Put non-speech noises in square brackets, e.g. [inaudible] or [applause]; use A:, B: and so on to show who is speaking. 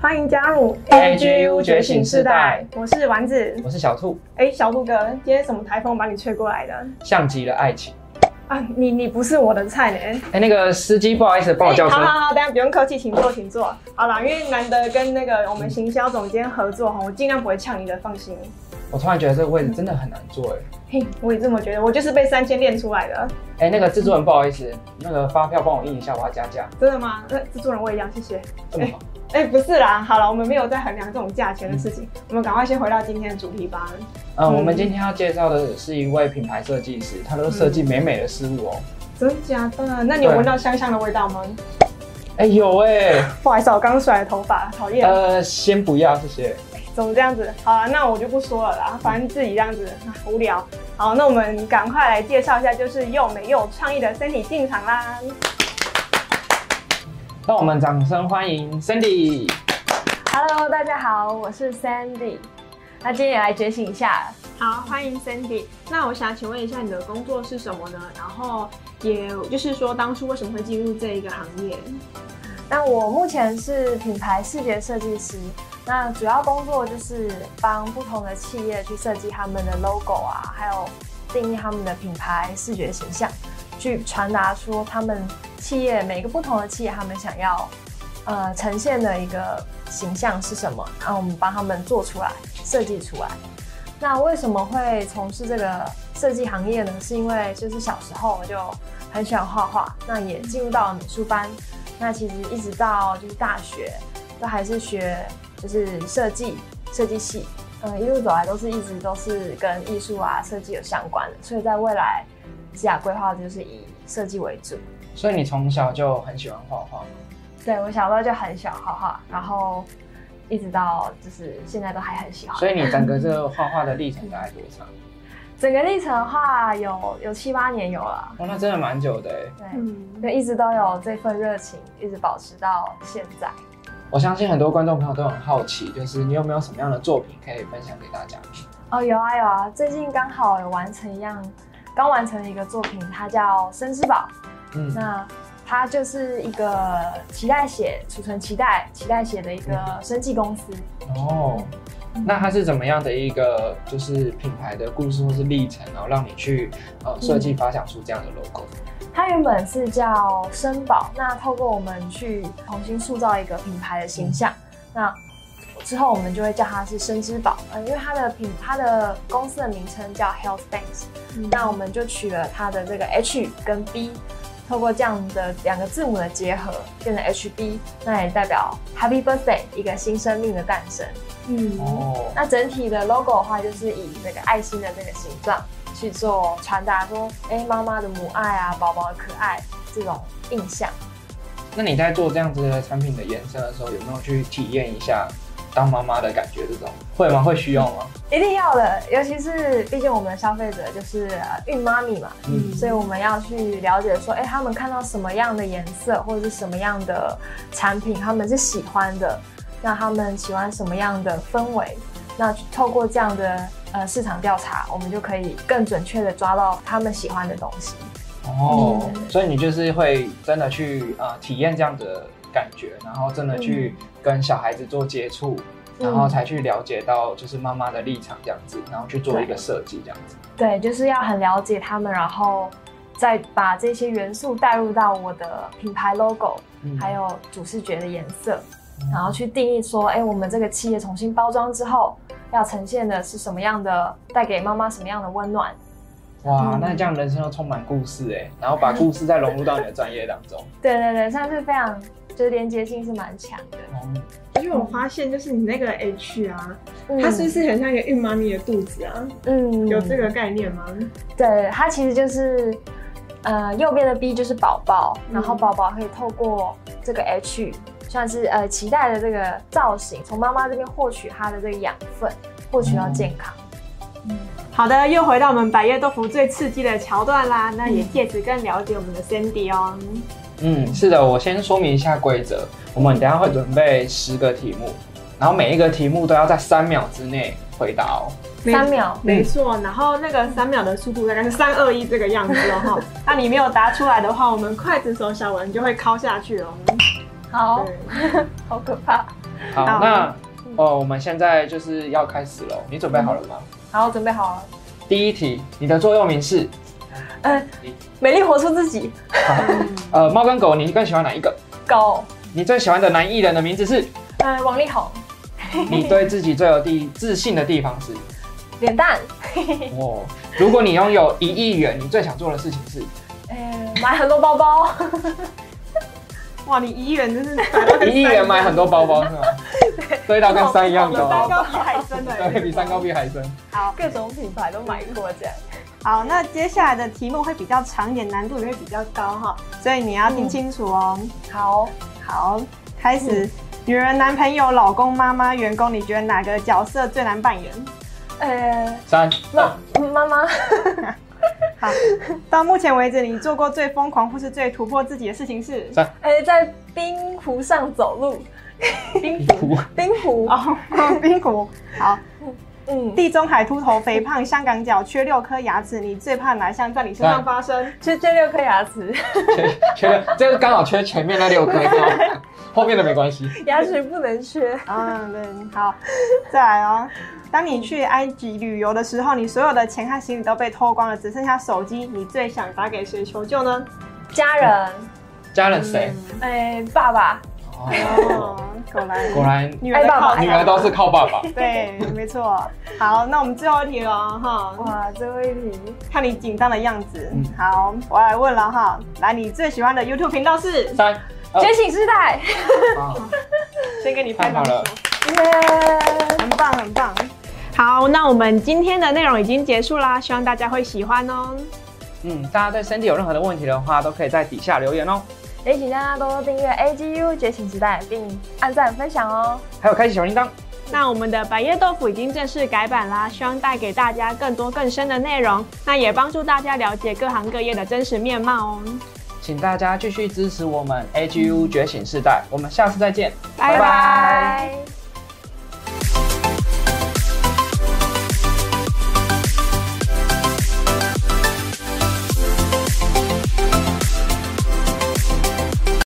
A: 欢迎加入
B: AGU 觉醒世代，
A: 我是丸子。
B: 我是小兔，
A: 哎，小鹿哥，今天什么台风把你吹过来的？
B: 像极了爱情。
A: 啊，你你不是我的菜呢。
B: 哎、那个司机，不好意思，帮我叫车
A: 哎好。好好，等一下不用客气，请坐，请坐。好啦，因为难得跟那个我们行销总监合作哈，我尽量不会呛你的，放心。
B: 我突然觉得这个位置真的很难坐哎。
A: 嘿，我也这么觉得，我就是被三千练出来的。
B: 哎、那个制作人，不好意思，那个发票帮我印一下，我要加价。
A: 真的吗？那制作人我也一样，谢谢。
B: 这么好，
A: 哎、不是啦，好了，我们没有在衡量这种价钱的事情，我们赶快先回到今天的主题吧。
B: 嗯、
A: 嗯
B: 我们今天要介绍的是一位品牌设计师，他都设计美美的事物哦。
A: 真假的？那你有
B: 对
A: 闻到香香的味道吗？
B: 哎、
A: 嗯
B: 有哎、
A: 不好意思，我刚甩了头发，讨厌。
B: 呃，先不要，谢谢。
A: 怎么这样子？好了，啊那我就不说了啦，反正自己这样子啊无聊。好，那我们赶快来介绍一下，就是又美又有创意的身体进场啦。
B: 让我们掌声欢迎 Cindy。
C: Hello，大家好，我是 Sandy。那今天也来觉醒一下，
A: 好，欢迎 Sandy。那我想请问一下，你的工作是什么呢？然后，也就是说，当初为什么会进入这一个行业？
C: 那我目前是品牌视觉设计师，那主要工作就是帮不同的企业去设计他们的 logo 啊，还有定义他们的品牌视觉形象，去传达出他们企业每个不同的企业他们想要呃呈现的一个形象是什么，然后我们帮他们做出来、设计出来。那为什么会从事这个设计行业呢？是因为就是小时候我就很喜欢画画，那也进入到了美术班，那其实一直到就是大学都还是学就是设计设计系，呃，一路走来都是一直都是跟艺术啊设计有相关的，所以在未来职业规划就是以设计为主。
B: 所以你从小就很喜欢画画吗，
C: 对我小时候就很喜欢画画，然后一直到就是现在都还很喜欢。
B: 所以你整个这个画画的历程大概多长？
C: 整个历程的话有有七八年有了，
B: 哦，那真的蛮久的哎。
C: 对。
A: 嗯，
C: 就一直都有这份热情，一直保持到现在。
B: 我相信很多观众朋友都很好奇，就是你有没有什么样的作品可以分享给大家？
C: 哦，有啊有啊，最近刚好有完成一样，刚完成一个作品，它叫《生之宝》。
B: 嗯，
C: 那它就是一个脐带血储存脐带脐带血的一个生技公司。
B: 哦，那它是怎么样的一个就是品牌的故事或是历程，然后让你去呃设计发想出这样的 logo？
C: 它原本是叫生宝，那透过我们去重新塑造一个品牌的形象，那之后我们就会叫它是生之宝，嗯、因为它的品它的公司的名称叫 Health Banks，、那我们就取了它的这个 H 跟 B，透过这样的两个字母的结合，变成 HB，那也代表 Happy Birthday，一个新生命的诞生。
A: 嗯，
B: 哦，
C: 那整体的 logo 的话，就是以这个爱心的这个形状去做传达，说，哎、妈妈的母爱啊，宝宝的可爱这种印象。
B: 那你在做这样子的产品的延伸的时候，有没有去体验一下当妈妈的感觉？这种会吗？会需要吗？
C: 一定要的，尤其是毕竟我们的消费者就是呃孕妈咪嘛，
B: 嗯
C: 所以我们要去了解说，哎、他们看到什么样的颜色或者是什么样的产品，他们是喜欢的，那他们喜欢什么样的氛围，那透过这样的呃市场调查，我们就可以更准确的抓到他们喜欢的东西。
B: 哦，所以你就是会真的去呃体验这样子的感觉，然后真的去跟小孩子做接触，
C: 嗯
B: 然后才去了解到就是妈妈的立场这样子，然后去做一个设计这样子。
C: 对，就是要很了解他们，然后再把这些元素带入到我的品牌 logo，、
B: 嗯
C: 还有主视觉的颜色，
B: 嗯
C: 然后去定义说，哎，我们这个企业重新包装之后，要呈现的是什么样的，带给妈妈什么样的温暖。
B: 哇，
A: 嗯
B: 那这样人生又充满故事哎，然后把故事再融入到你的专业当中。
C: 对对对，算是非常，就是连接性是蛮强的。
B: 哦，
A: 因为我发现就是你那个 H 啊，
C: 嗯
A: 它是不是很像一个孕妈咪的肚子啊？
C: 嗯
A: 有这个概念吗？
C: 对，它其实就是，呃，右边的 B 就是宝宝，
A: 嗯
C: 然后宝宝可以透过这个 H，算是呃脐带的这个造型，从妈妈这边获取它的这个养分，获取到
A: 哦
C: 健康。
A: 好的，又回到我们百叶豆腐最刺激的桥段啦。那也借此更了解我们的 Sandy 哦。
B: 嗯，是的，我先说明一下规则，我们等一下会准备十个题目，然后每一个题目都要在三秒之内回答哦。
A: 没
C: 三秒，
A: 没错，然后那个三秒的速度大概是三二一这个样子哦
B: [laughs]
A: 哈。那你没有答出来的话，我们筷子手小文就会敲下去哦。
C: 好
A: 对，
C: 好可怕。
B: 好，
A: 好
B: 那哦，我们现在就是要开始喽，你准备好了吗？
C: 好，我准备好了。
B: 第一题，你的座右铭是
C: 嗯，美丽活出自己，
B: [laughs] 呃，猫跟狗，你更喜欢哪一个？
C: 狗，
B: 你最喜欢的男艺人的名字是？
C: 嗯，王力宏，
B: 你对自己最有地自信的地方是？
C: 脸蛋，
B: 哦，如果你拥有一亿元，你最想做的事情 [laughs] 是？
C: 嗯，买很多包包，
A: 哇，你一元
B: [laughs]
A: 真是
B: 一亿元买很多包包是吗？ [laughs] 堆到跟山一样高，
A: 蛋糕比海参的，
B: 对比 [laughs] 三高比海参。
A: 好
C: 各种品牌都买过这样。
A: 好，那接下来的题目会比较长一点，难度也会比较高哈，所以你要听清楚哦。
B: 嗯
C: 好，
A: 好，开始。女人、男朋友、老公、妈妈、员工，你觉得哪个角色最难扮演？
C: 呃，
B: 三，
C: 妈妈妈，
A: 好，到目前为止，你做过最疯狂或是最突破自己的事情是？
C: 呃，在冰湖上走路，
B: 你哭。
C: 冰湖，
A: [laughs] 哦，冰谷。好，
C: 嗯，
A: 地中海秃头、肥胖、香港脚、缺六颗牙齿，你最怕哪项在你身
B: 哎
A: 上发生？
C: 缺缺六颗牙齿，
B: [laughs]
C: [laughs]
B: 缺缺这个刚好缺前面那六颗， [laughs] 后面的没关系。
C: 牙齿不能缺。
A: 嗯，对，好，再来哦。当你去埃及旅游的时候，你所有的钱和行李都被偷光了，只剩下手机，你最想打给谁求救呢？
C: 家人，
B: 家人谁？
C: 哎，爸爸，
A: 哦
B: 哦，，
A: 果然，
B: 果 [laughs] 然
A: 女儿的靠
B: 女儿都是靠爸爸。
A: 对，没错。好，那我们最后一题了哈，
C: 哇，最后一题，
A: 看你紧张的样子。
B: 嗯
A: 好，我来问了哈，来，你最喜欢的 YouTube 频道是？
B: [laughs] 三，呃
C: 觉醒时代，
B: 啊
A: 先给你拍
B: 太
A: 掌
B: 好了。
C: 耶！
A: 很棒，很棒。好，那我们今天的内容已经结束啦，希望大家会喜欢哦。
B: 嗯，大家对身体有任何的问题的话，都可以在底下留言哦。
C: 也请大家多多订阅 AGU 觉醒时代，并按赞分享哦。
B: 还有开启小铃铛。
A: 那我们的百叶豆腐已经正式改版啦，希望带给大家更多更深的内容，那也帮助大家了解各行各业的真实面貌哦。
B: 请大家继续支持我们 AGU 觉醒世代，我们下次再见，
A: 嗯拜拜
C: 拜。